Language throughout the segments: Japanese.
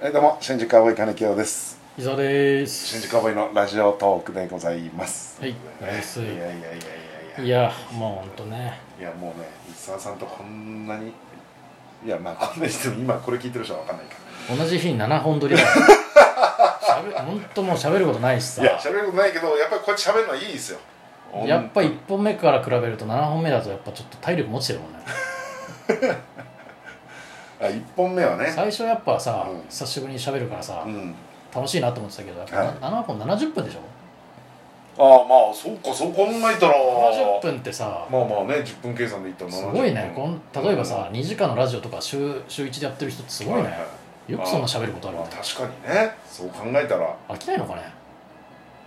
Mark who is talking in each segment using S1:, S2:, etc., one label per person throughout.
S1: はい、どうも、新宿青い金清です。
S2: 伊沢です
S1: 新宿青いのラジオトークでございます。
S2: はいナイス
S1: いやいやいやいやい
S2: い
S1: や。
S2: やもうほんとね
S1: いや、もうね、伊沢さんとこんなに。いや、まあ、こんなにしても、今これ聞いてる人はわかんないか
S2: 同じ日に7本撮 りだほんともう喋ることないしさ
S1: ら。いや、喋ることないけど、やっぱりこうやって喋るのはいいですよ。
S2: やっぱり1本目から比べると7本目だとやっぱちょっと体力持ちてるもんね
S1: あ、一本目はね。
S2: 最初やっぱさ、
S1: うん
S2: 久しぶりに喋るからさ、
S1: うん。
S2: 楽しいなと思ってたけどやっぱ、
S1: はい
S2: 7本70分でしょ
S1: ああ、まあ、そうか、そう考えたら。
S2: 70分ってさ
S1: まあまあね、10分計算でいったら
S2: す
S1: 70分
S2: ごいねこん例えばさ、2時間のラジオとか週週1でやってる人ってすごい
S1: は
S2: ね、
S1: は
S2: よくそんな喋ることある
S1: ま
S2: よ
S1: あ、
S2: ね
S1: 確かにね、そう考えたら。
S2: 飽きないのかね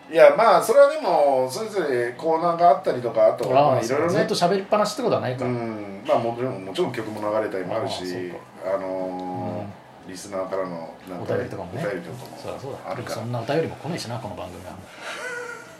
S1: いやまあそれはでもそれぞれコーナーがあったりとかあと
S2: ドラマ
S1: ま
S2: な
S1: あ
S2: んで
S1: い
S2: す
S1: ろい
S2: か
S1: ろ
S2: ずっ
S1: ね
S2: と喋りっぱなしってことはないか
S1: う
S2: ら、
S1: んまあもちろんもちろん曲も流れたりもあるし
S2: あー
S1: あのー、リスナーからのなん
S2: お便りとかもね
S1: お便りとかも
S2: そうだそうだ
S1: あ
S2: で
S1: る
S2: も
S1: か
S2: そ
S1: ら
S2: んなお便りも来ないしなこの番組は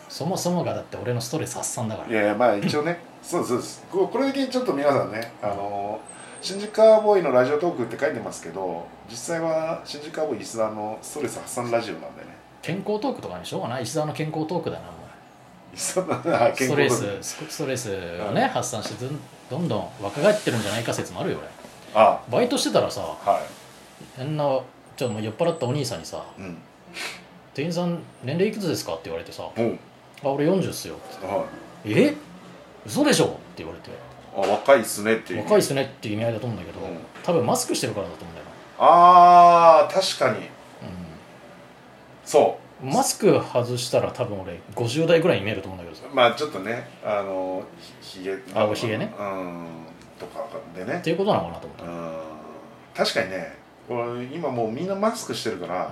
S2: そもそもがだって俺のストレス発散だから
S1: いやいやまあ一応ね そうですそうですここれだけちょっと皆さんねあのー新宿カーボーイのラジオトークって書いてますけど実際は新宿カーボーイリスナーのストレス発散ラジオなんでね
S2: 健康トークとかにしようかな石沢の健康トークだなもう
S1: リスナー
S2: ス
S1: 健康
S2: トレ
S1: と
S2: ススストレスをね発散してどんどんどん若返ってるんじゃないか説もあるよ
S1: あ
S2: 俺バイトしてたらさ
S1: は
S2: 変なちょっともう酔っ払ったお兄さんにさ
S1: いうん
S2: 「店員さん年齢いくつですか?」って言われてさ「あ
S1: もう
S2: 俺40っすよ」って
S1: はい
S2: 言って「え嘘でしょ?」って言われて
S1: あ若いっすねって
S2: 「
S1: いう
S2: 若いっすね」っていう意味合いだと思うんだけど、
S1: うん
S2: 多分マスクしてるからだと思うんだよな、
S1: ああ確かに
S2: うん
S1: そ
S2: マスク外したら多分俺50代ぐらいに見えると思うんだけどさ
S1: うまあちょっとねあのひひげ
S2: あおひげね
S1: うんとかでね
S2: っていうことなのかなと思っ
S1: う
S2: た、うん
S1: ん確かにねこれ今もうみんなマスクしてるから、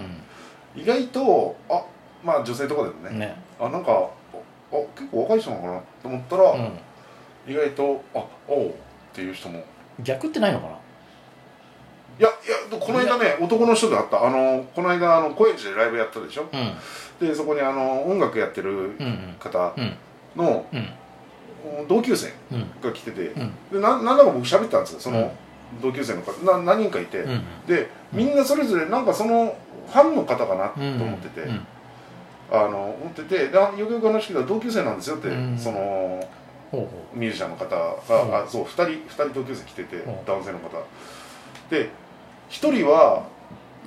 S1: 意外とあまあ女性とかでもね、
S2: ね、
S1: あなんかああ結構若い人なのかなと思ったら、
S2: う
S1: 意外とあおうっていう人も
S2: ん、逆ってないのかない
S1: やいやこの間ね男の人で会ったあのこの間あの高円寺でライブやったでしょ
S2: うん
S1: でそこにあの音楽やってる
S2: うん
S1: 方
S2: うんうん
S1: の
S2: うん
S1: 同級生
S2: うん
S1: が来てて、
S2: うん
S1: でな何だか僕喋ったんですよそ
S2: うん
S1: の同級生の方な何人かいて、
S2: うん
S1: でみんなそれぞれなんかそのファンの方かなと
S2: うん
S1: 思ってて、
S2: うん
S1: あの思っててであよくよく話聞いたら同級生なんですよって、
S2: うん
S1: その
S2: ほうほ
S1: ミュージシャンの方が、
S2: うん
S1: あそう2人二人同級生来てて、
S2: うん
S1: 男性の方で1人は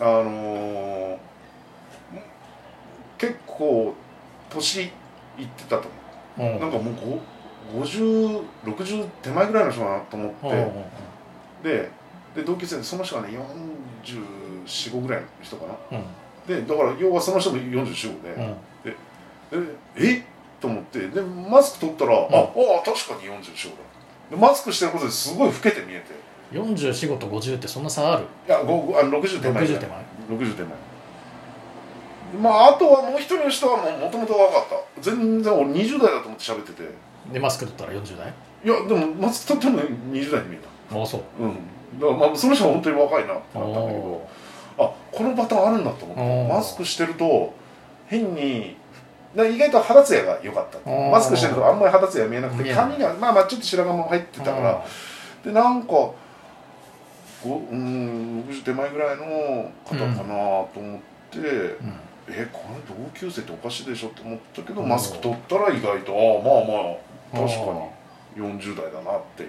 S1: あのー結構年いってたと思う
S2: うほう
S1: なんかもうご5060手前ぐらいの人だなと思
S2: ほう
S1: っ
S2: ほ
S1: てでで同級生でその人がね445ぐらいの人かな
S2: ううん
S1: でだから要はその人も45
S2: うん
S1: で、でえと思ってでマスク取ったら、ああ確かに45だでマスクしてることですごい老けて見えて
S2: うん44と50ってそんな差ある
S1: いやごごあの60手前
S2: 60手前
S1: 60手前まああとはもう一人の人はもともと若かった全然俺20代だと思って喋ってて
S2: でマスク取ったら40代
S1: いやでもマスク取っても20代に見えた
S2: ああそう
S1: うん、だからまあその人は本当に若いなってなったんだけど
S2: お
S1: あこのパターンあるんだと思
S2: お
S1: っ
S2: ー
S1: てマスクしてると変にだから意外と肌ツヤが良かった
S2: おー
S1: マスクしてるとあんまり肌ツヤ見えなく
S2: 見
S1: て
S2: えない
S1: 髪がまあまあちょっと白髪も入ってたからでなんかごうん60手前ぐらいの方かなと思って、
S2: うん
S1: えこれ同級生っておかしいでしょと思ったけど
S2: おー
S1: マスク取ったら意外とああまあまあ確
S2: あ
S1: かに40代だなっていう。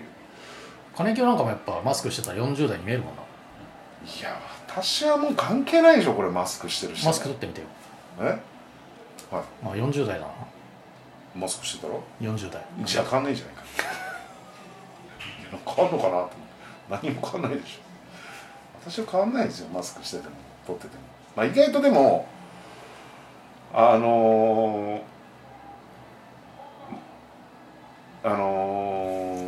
S2: 金清なんかもやっぱマスクしてたら40代に見えるもんない
S1: や私はもう関係ないでしょこれマスクしてる人、
S2: マスク取ってみてよ
S1: え
S2: まあ40代だな
S1: マスクしてたろ
S2: 40代
S1: じゃあ変わんないじゃないかいや変わんのかなと思って何も変わんないでしょ私は変わんないですよマスクしてても取っててもまあ意外とでもあのーあのー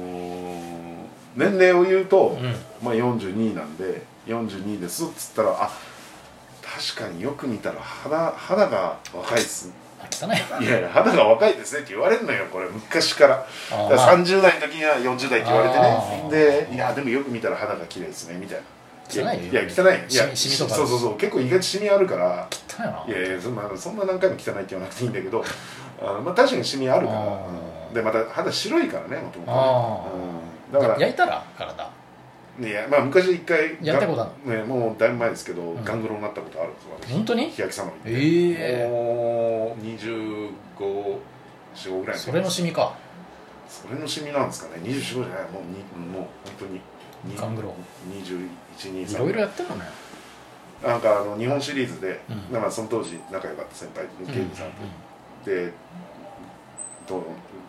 S1: 年齢を言うと、
S2: うん
S1: まあ、42なんで42ですっつったらあ確かによく見たら肌肌が若いです
S2: あ汚い
S1: いやいや肌が若いですねって言われるのよこれ昔から
S2: あ
S1: だ
S2: ー
S1: か
S2: まあ
S1: ら30代の時には40代って言わ
S2: あ
S1: れてね
S2: ー
S1: でいやでもよく見たら肌が綺麗ですねみたいな
S2: 汚いよ
S1: いや汚いい
S2: シ
S1: や
S2: ミシミとか
S1: そうそうそう結構意外とシミあるから
S2: 汚いよない
S1: やいやそんなそんな何回も汚いって言わなくていいんだけどあの、まあ、確かにシミあるか
S2: あ
S1: ら
S2: ー
S1: うんでまた肌白いからねもともとね
S2: あー
S1: うんだから
S2: 焼いたら体
S1: いやまあ昔一回
S2: やったことあ
S1: るねもうだいぶ前ですけど、
S2: ん
S1: ガングロになったことあるんです
S2: 本当に
S1: 日焼けさまに、
S2: ええ
S1: もう2545ぐらい
S2: それのシミか
S1: それのシミなんですかね25じゃないもうにもう本当にに
S2: ガングロいろい
S1: 2123
S2: ろやってるのね
S1: なんかあの日本シリーズで、
S2: うん
S1: なんかその当時仲良かった先輩芸人さんと、でどう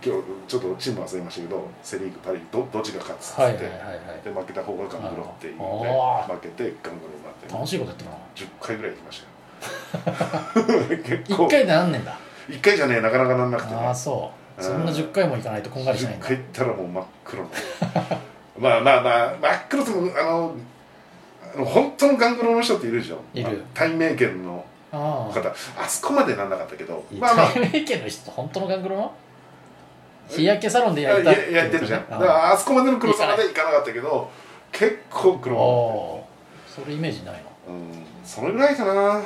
S1: 今日ちょっとチーム忘れましたけどセ・リーグパ・リーグどどっちが勝つっつって、
S2: はいはいはいはい
S1: で負けた方がガングロっていう
S2: あ
S1: の
S2: ー
S1: で負けてガングロになって
S2: 楽しいことやってるな
S1: 10回ぐらい行きましたよ 結構
S2: 1回でなんねんだ
S1: 一回じゃねなかなかなんなくてね
S2: ああそう
S1: うん
S2: そんな10回もいかないとこんがりしない
S1: 10
S2: んだ
S1: 回行ったらもう真っ黒のまあまあまあ真っ黒ともあのあの本当のガングロの人っているでしょ
S2: いる
S1: まあ対名権の
S2: ああ
S1: 方あそこまでなんなかったけど
S2: い
S1: まあまあ
S2: 対面権の人本当のガングロの日焼けサロンでや
S1: や
S2: った
S1: ややってるじゃんだからあそこまでの黒さまでいかなかったけど結構
S2: ああ
S1: 黒
S2: それイメージないの
S1: うんそれぐらいかな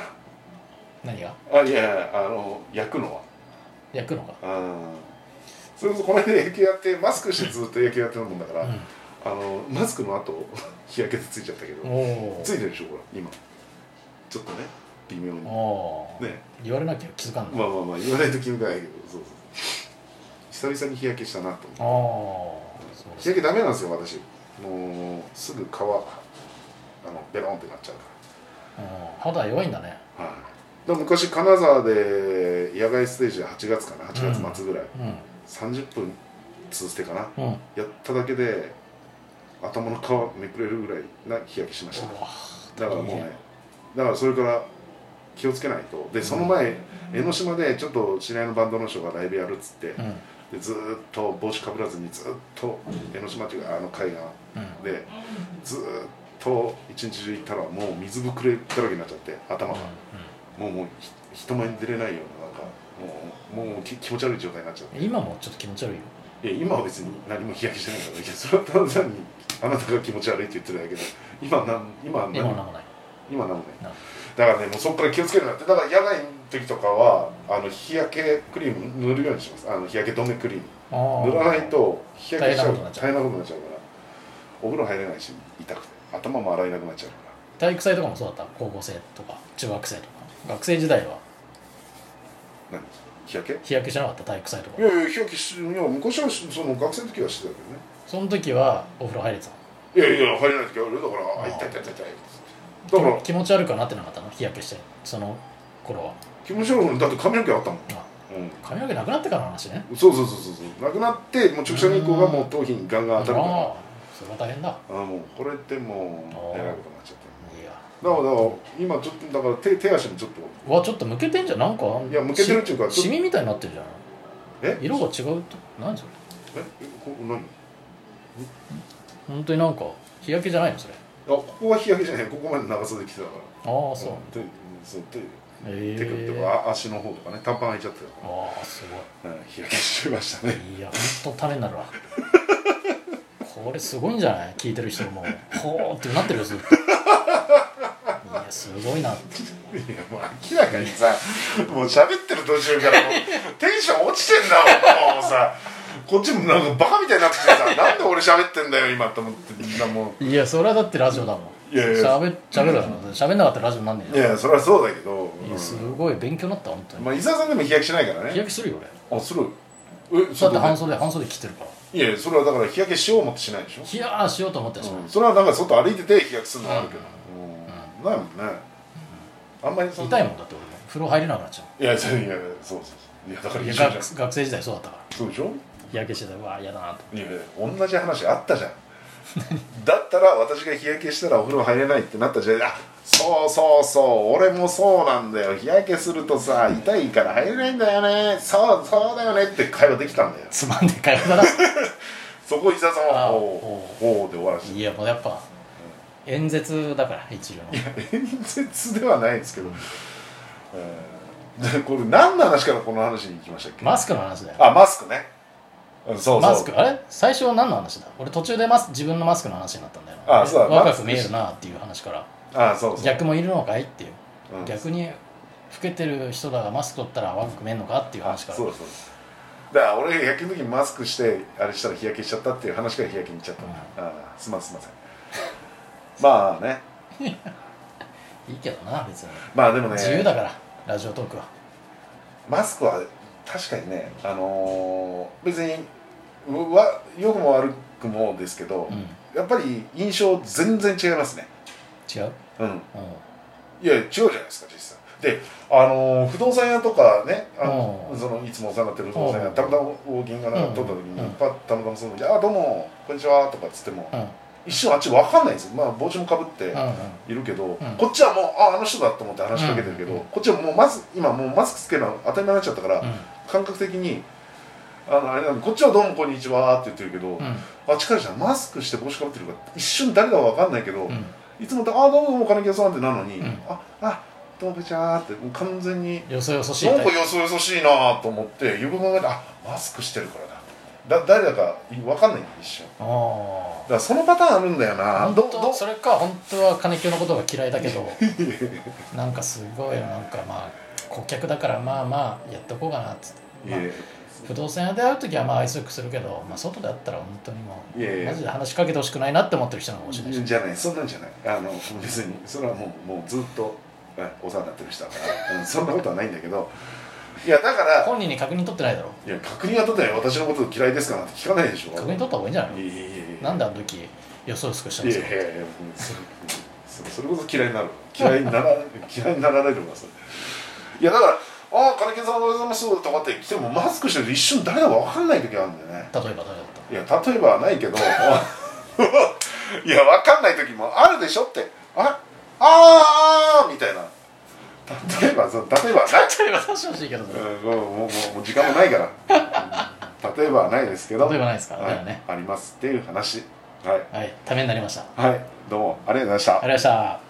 S2: 何が
S1: あいやいやあの焼くの
S2: 焼くのか
S1: はうんそれこそこの間野球やってマスクしてずっと野球やってるもんだから、
S2: う
S1: あのマスクの後日焼けでついちゃったけど
S2: んお
S1: ついてるでしょほら今ちょっとね微妙に
S2: お
S1: ね
S2: おー言われなきゃ気づかんの
S1: まあまあまあ言わないと気づかないけどそうそう久々に日焼けしたなと
S2: ああ
S1: 思
S2: そうう
S1: 日焼けダメなんですよ私もうすぐ皮あのベロンってなっちゃうから
S2: うん肌弱いんだね
S1: はい、でも昔金沢で野外ステージで8月かな8月末ぐらい、
S2: う
S1: 30分通ステかな、
S2: んうん
S1: やっただけで頭の皮めくれるぐらいな日焼けしましただからもう
S2: いい
S1: ね
S2: ね
S1: だからそれから気をつけないとでその前、江ノ島でちょっと知り合いのバンドの人がライブやるっつって、
S2: うん
S1: でずーっと帽子かぶらずにずーっと江ノ島っていうかあの海岸
S2: うん
S1: でずーっと一日中行ったらもう水ぶくれだらけになっちゃって頭が。もうもうひ人前に出れないようななんかもうもうき気持ち悪い状態になっちゃう
S2: うん今もちょっと気持ち悪いよ
S1: いや今は別に何も日焼けしてないからいやそれはただ単にあなたが気持ち悪いって言ってるだけで今なん今は何
S2: 今はなんもない
S1: 今なのね
S2: な
S1: だからねもうそこから気をつけるようになってだから野外の時とかはあの日焼けクリーム塗るようにしますあの日焼け止めクリーム
S2: ああ
S1: 塗らないと日焼けしちゃう
S2: 大変なこと
S1: 大変
S2: になっちゃう
S1: なことになっちゃうからお風呂入れないし痛くて頭も洗えなくなっちゃうから
S2: 体育祭とかもそうだった高校生とか中学生とか学生時代は
S1: 何日焼け
S2: 日焼けしなかった体育祭とか
S1: いやいや日焼けしいや昔はしその学生の時はしてたけどね
S2: その時はお風呂入れてた
S1: いやいや入れない時あるよだからあ
S2: あー
S1: 痛い痛い痛い痛いだから
S2: 気持ち悪くはなってなかったの日焼けしてその頃は
S1: 気持ち悪いもんだって髪の毛あったもん、
S2: あ
S1: う
S2: 髪の毛なくなってからの話ね
S1: ん、そうそうそうそうそうなくなってもう直射日光がもう頭皮にガンガン当たるから
S2: ああそれは大変だ
S1: あーもうこれってもう
S2: あー
S1: えらいことになっちゃって
S2: いや
S1: だからだから今ちょっとだから手手足もちょっと
S2: うわちょっとむけてんじゃんなんか
S1: いやむけてるっていうか
S2: し
S1: ち
S2: シ
S1: ょっ
S2: ミみたいになってるじゃん
S1: とえ
S2: 色が違うと何それ
S1: えここ何
S2: 本当になんか日焼けじゃないのそれ
S1: あここは日焼けじゃないここまで長袖着てたから
S2: ああそう、
S1: ん手そう手
S2: ええ
S1: 手首とかあ足の方とかね短パン開いちゃってたか
S2: ああすごい
S1: ら、うん、日焼けしてましたね
S2: いや本当ためになるわこれすごいんじゃない聞いてる人もほーってなってるよずっといやすごいなって
S1: いやもう明らかにさもう喋ってる途中からもうテンション落ちてんだもんもうさこっちもなんかバカみたいになってきてさなんで俺喋ってんだよ今と思ってみんなも
S2: いやそれはだってラジオだもん
S1: いやいや
S2: しゃべしゃべるだろしゃべんなかったらラジオになんねえ
S1: うい
S2: じゃ
S1: やそれはそうだけど、
S2: んいやす
S1: う
S2: ごい勉強になった本当
S1: ん、
S2: に
S1: まあ伊沢さんでも日焼けしないから
S2: 日
S1: ね
S2: 焼けするよ俺
S1: あするえ
S2: だって半
S1: 袖
S2: 袖半袖着てるから
S1: いやいやそれはだから日焼けしようもってしないでしょ、
S2: いやーしようと思ったし、
S1: うん、それはなんか外歩いてて日焼けするのはあるけど、うんないもんねあんまりそんな
S2: 痛いもんだって俺も風呂入れなくなっち
S1: い
S2: ゃ
S1: やそれいやそうそうそういやだから
S2: うい
S1: 一緒
S2: や
S1: じゃん
S2: 学学生時代そうだったから
S1: そうでしょ
S2: 日焼けしてたうわー嫌だなと
S1: いや同じ話あったじゃんだったら私が日焼けしたらお風呂入れないってなったじゃんあそうそうそう俺もそうなんだよ日焼けするとさ痛いから入れないんだよねそうそうだよねって会話できたんだよ
S2: つまんでかいだな
S1: そこ伊沢さんは
S2: あ
S1: 「おうおう」で終わらせて
S2: いやもうやっぱ演説だから一流の
S1: 演説ではないですけど、えーでこれ何の話からこの話に行きましたっけ、
S2: マスクの話だよ
S1: あマスクねうんそうそう
S2: マスクあれ最初何の話だ俺途中でマス自分のマスクの話になったんだよな
S1: あそうだ
S2: 若
S1: マス
S2: く
S1: ク
S2: 見えるなっていう話から
S1: あそうそう、
S2: 逆もいるのかいっていう
S1: うん
S2: 逆に老けてる人だがマスク取ったら若く見えるのかっていう話から
S1: そうそうだから俺が野球の時にマスクしてあれしたら日焼けしちゃったっていう話から日焼けにいっちゃった、
S2: うん
S1: ああすまんすいませんまあね
S2: いいけどな別に、
S1: まあでもね
S2: 自由だからラジオトークは
S1: マスクは確かにねあのー別にうわ良くも悪くもですけど、
S2: うん
S1: やっぱり印象全然違いますね
S2: 違う、
S1: うん
S2: うん
S1: いや違うじゃないですか実際であのー不動産屋とかねあの
S2: うん
S1: そのいつもお世話になってる不動産
S2: う
S1: 屋
S2: ん
S1: たまたまウォーキングかなんか撮った時に、
S2: うん
S1: パッたまたまその時あどうもこんにちは」とかっつっても、
S2: うん
S1: 一瞬あっち分かんないですよ、まあ、帽子もかぶって
S2: うんうん
S1: いるけど、
S2: ん
S1: こっちはもうああの人だと思って話しかけてるけど、
S2: うん
S1: こっちはもうまず今もうマスクつけるの当たり前になっちゃったから、感覚的にあのあれなのこっちは「どうもこんにちは」って言ってるけど、
S2: うん
S1: あっちからしたらマスクして帽子かぶってるから一瞬誰だか分かんないけど、
S2: うん
S1: いつもだあどうもお金木屋さんってなのに、
S2: うん
S1: ああどうもこんにちはってもう完全に
S2: よそよそしい
S1: なん
S2: タイ
S1: か
S2: プ
S1: よそよそしいなと思ってよく考えてあマスクしてるからだだ誰だか分かんない一瞬
S2: ああ
S1: だからそのパターンあるんだよな
S2: 本
S1: どど
S2: 当それか本当は金清のことが嫌いだ けどなんかすごいなんかまあ顧客だからまあまあやっとこうかなっつって、
S1: い
S2: ま
S1: や
S2: あ
S1: いや
S2: 不動産屋で会う時はまあ愛想よくするけど、まあ、外で会ったら本当にもう
S1: いやいや
S2: マジで話しかけてほしくないなって思ってる人なのかもしれないし、
S1: じゃないそんなんじゃないあの別にそれはもうもうずっとはいお世話になってる人だから、うんそんなことはないんだけどいやだから
S2: 本人に確認取ってないだろ
S1: いや確認は取ってない私のこと嫌いですかなんて聞かないでしょ
S2: 確認取った方がいいんじゃないの
S1: いやいやいやいや
S2: なんであの時よそよそしたん
S1: い
S2: で
S1: や
S2: す
S1: い
S2: か
S1: やいやいやそそそれこそ嫌いになる嫌いになら 嫌いになられるわそれいやだから「ああ金木さんおはようございます」とかって来てもマスクしてると一瞬誰だか分かんない時あるんだよね
S2: 例えば誰だっ
S1: いや例えばはないけ どいや分かんない時もあるでしょってああーあーみたいな例えばそう例えばはない、
S2: た例えば確かしいけどそれ
S1: うん、もうもうもうもう時間もないから例えばはないですけど
S2: 例えばないですから
S1: は
S2: だよね
S1: ありますっていう話はい
S2: はいためになりましたあり
S1: はいどうもありがとうございました
S2: がとうございました